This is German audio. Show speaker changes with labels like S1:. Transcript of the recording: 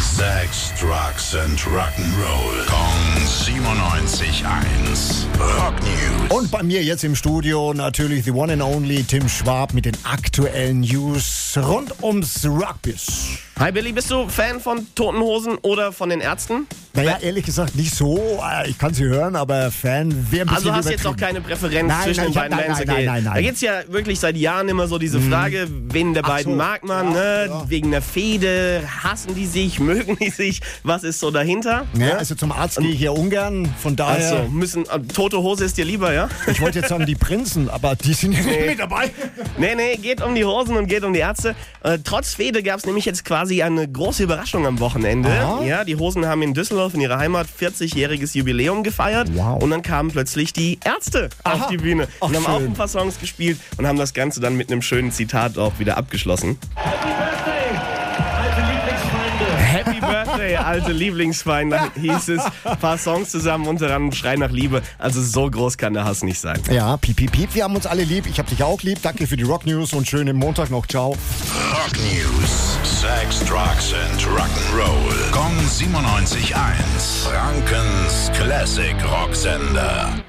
S1: Sex, Drugs and Rock'n'Roll. Kong 97.1. Rock News.
S2: Und bei mir jetzt im Studio natürlich the one and only Tim Schwab mit den aktuellen News rund ums Rugby.
S3: Hi Billy, bist du Fan von Toten Hosen oder von den Ärzten?
S2: Naja, ehrlich gesagt nicht so. Äh, Ich kann sie hören, aber Fan wäre ein bisschen
S3: Also hast du jetzt
S2: übertrieben.
S3: noch keine Präferenz
S2: Nein, nein,
S3: zwischen den
S2: ich hab-
S3: beiden
S2: nein,
S3: Bands?
S2: nein, nein, nein, nein. Mhm.
S3: Da geht's ja wirklich seit Jahren immer so diese Frage, wen der
S2: Ach
S3: beiden
S2: so.
S3: mag man,
S2: Ja,
S3: ne?
S2: ja.
S3: wegen der Fehde, hassen die sich, mögen die sich, was ist so dahinter?
S2: Ja, also zum Arzt gehe ich ja ungern, von daher.
S3: Also müssen, äh, tote Hose ist dir lieber, ja?
S2: Ich wollte jetzt sagen, die Prinzen, aber die sind ja nicht mit dabei.
S3: Nee, nee, geht um die Hosen und geht um die Ärzte. Äh, trotz Fehde gab es nämlich jetzt quasi eine große Überraschung am Wochenende.
S2: Aha.
S3: Ja, die Hosen haben in Düsseldorf in ihrer Heimat 40-jähriges Jubiläum gefeiert.
S2: Wow.
S3: Und dann kamen plötzlich die Ärzte
S2: Aha.
S3: auf die Bühne
S2: Ach,
S3: und haben auch
S2: schön.
S3: ein paar Songs gespielt und haben das Ganze dann mit einem schönen Zitat auch wieder abgeschlossen.
S4: Happy Birthday, alte Lieblingsfeinde.
S3: Happy Birthday, alte Lieblingsfeinde, hieß es. Ein paar Songs zusammen, unter anderem Schrei nach Liebe. Also so groß kann der Hass nicht sein.
S2: Ja, piep, piep, piep. Wir haben uns alle lieb. Ich hab dich auch lieb. Danke für die Rock News und schönen Montag noch. Ciao.
S1: Rock News. Sex, Drugs and Rock'n'Roll. Kong 97.1. Frankens Classic Rocksender.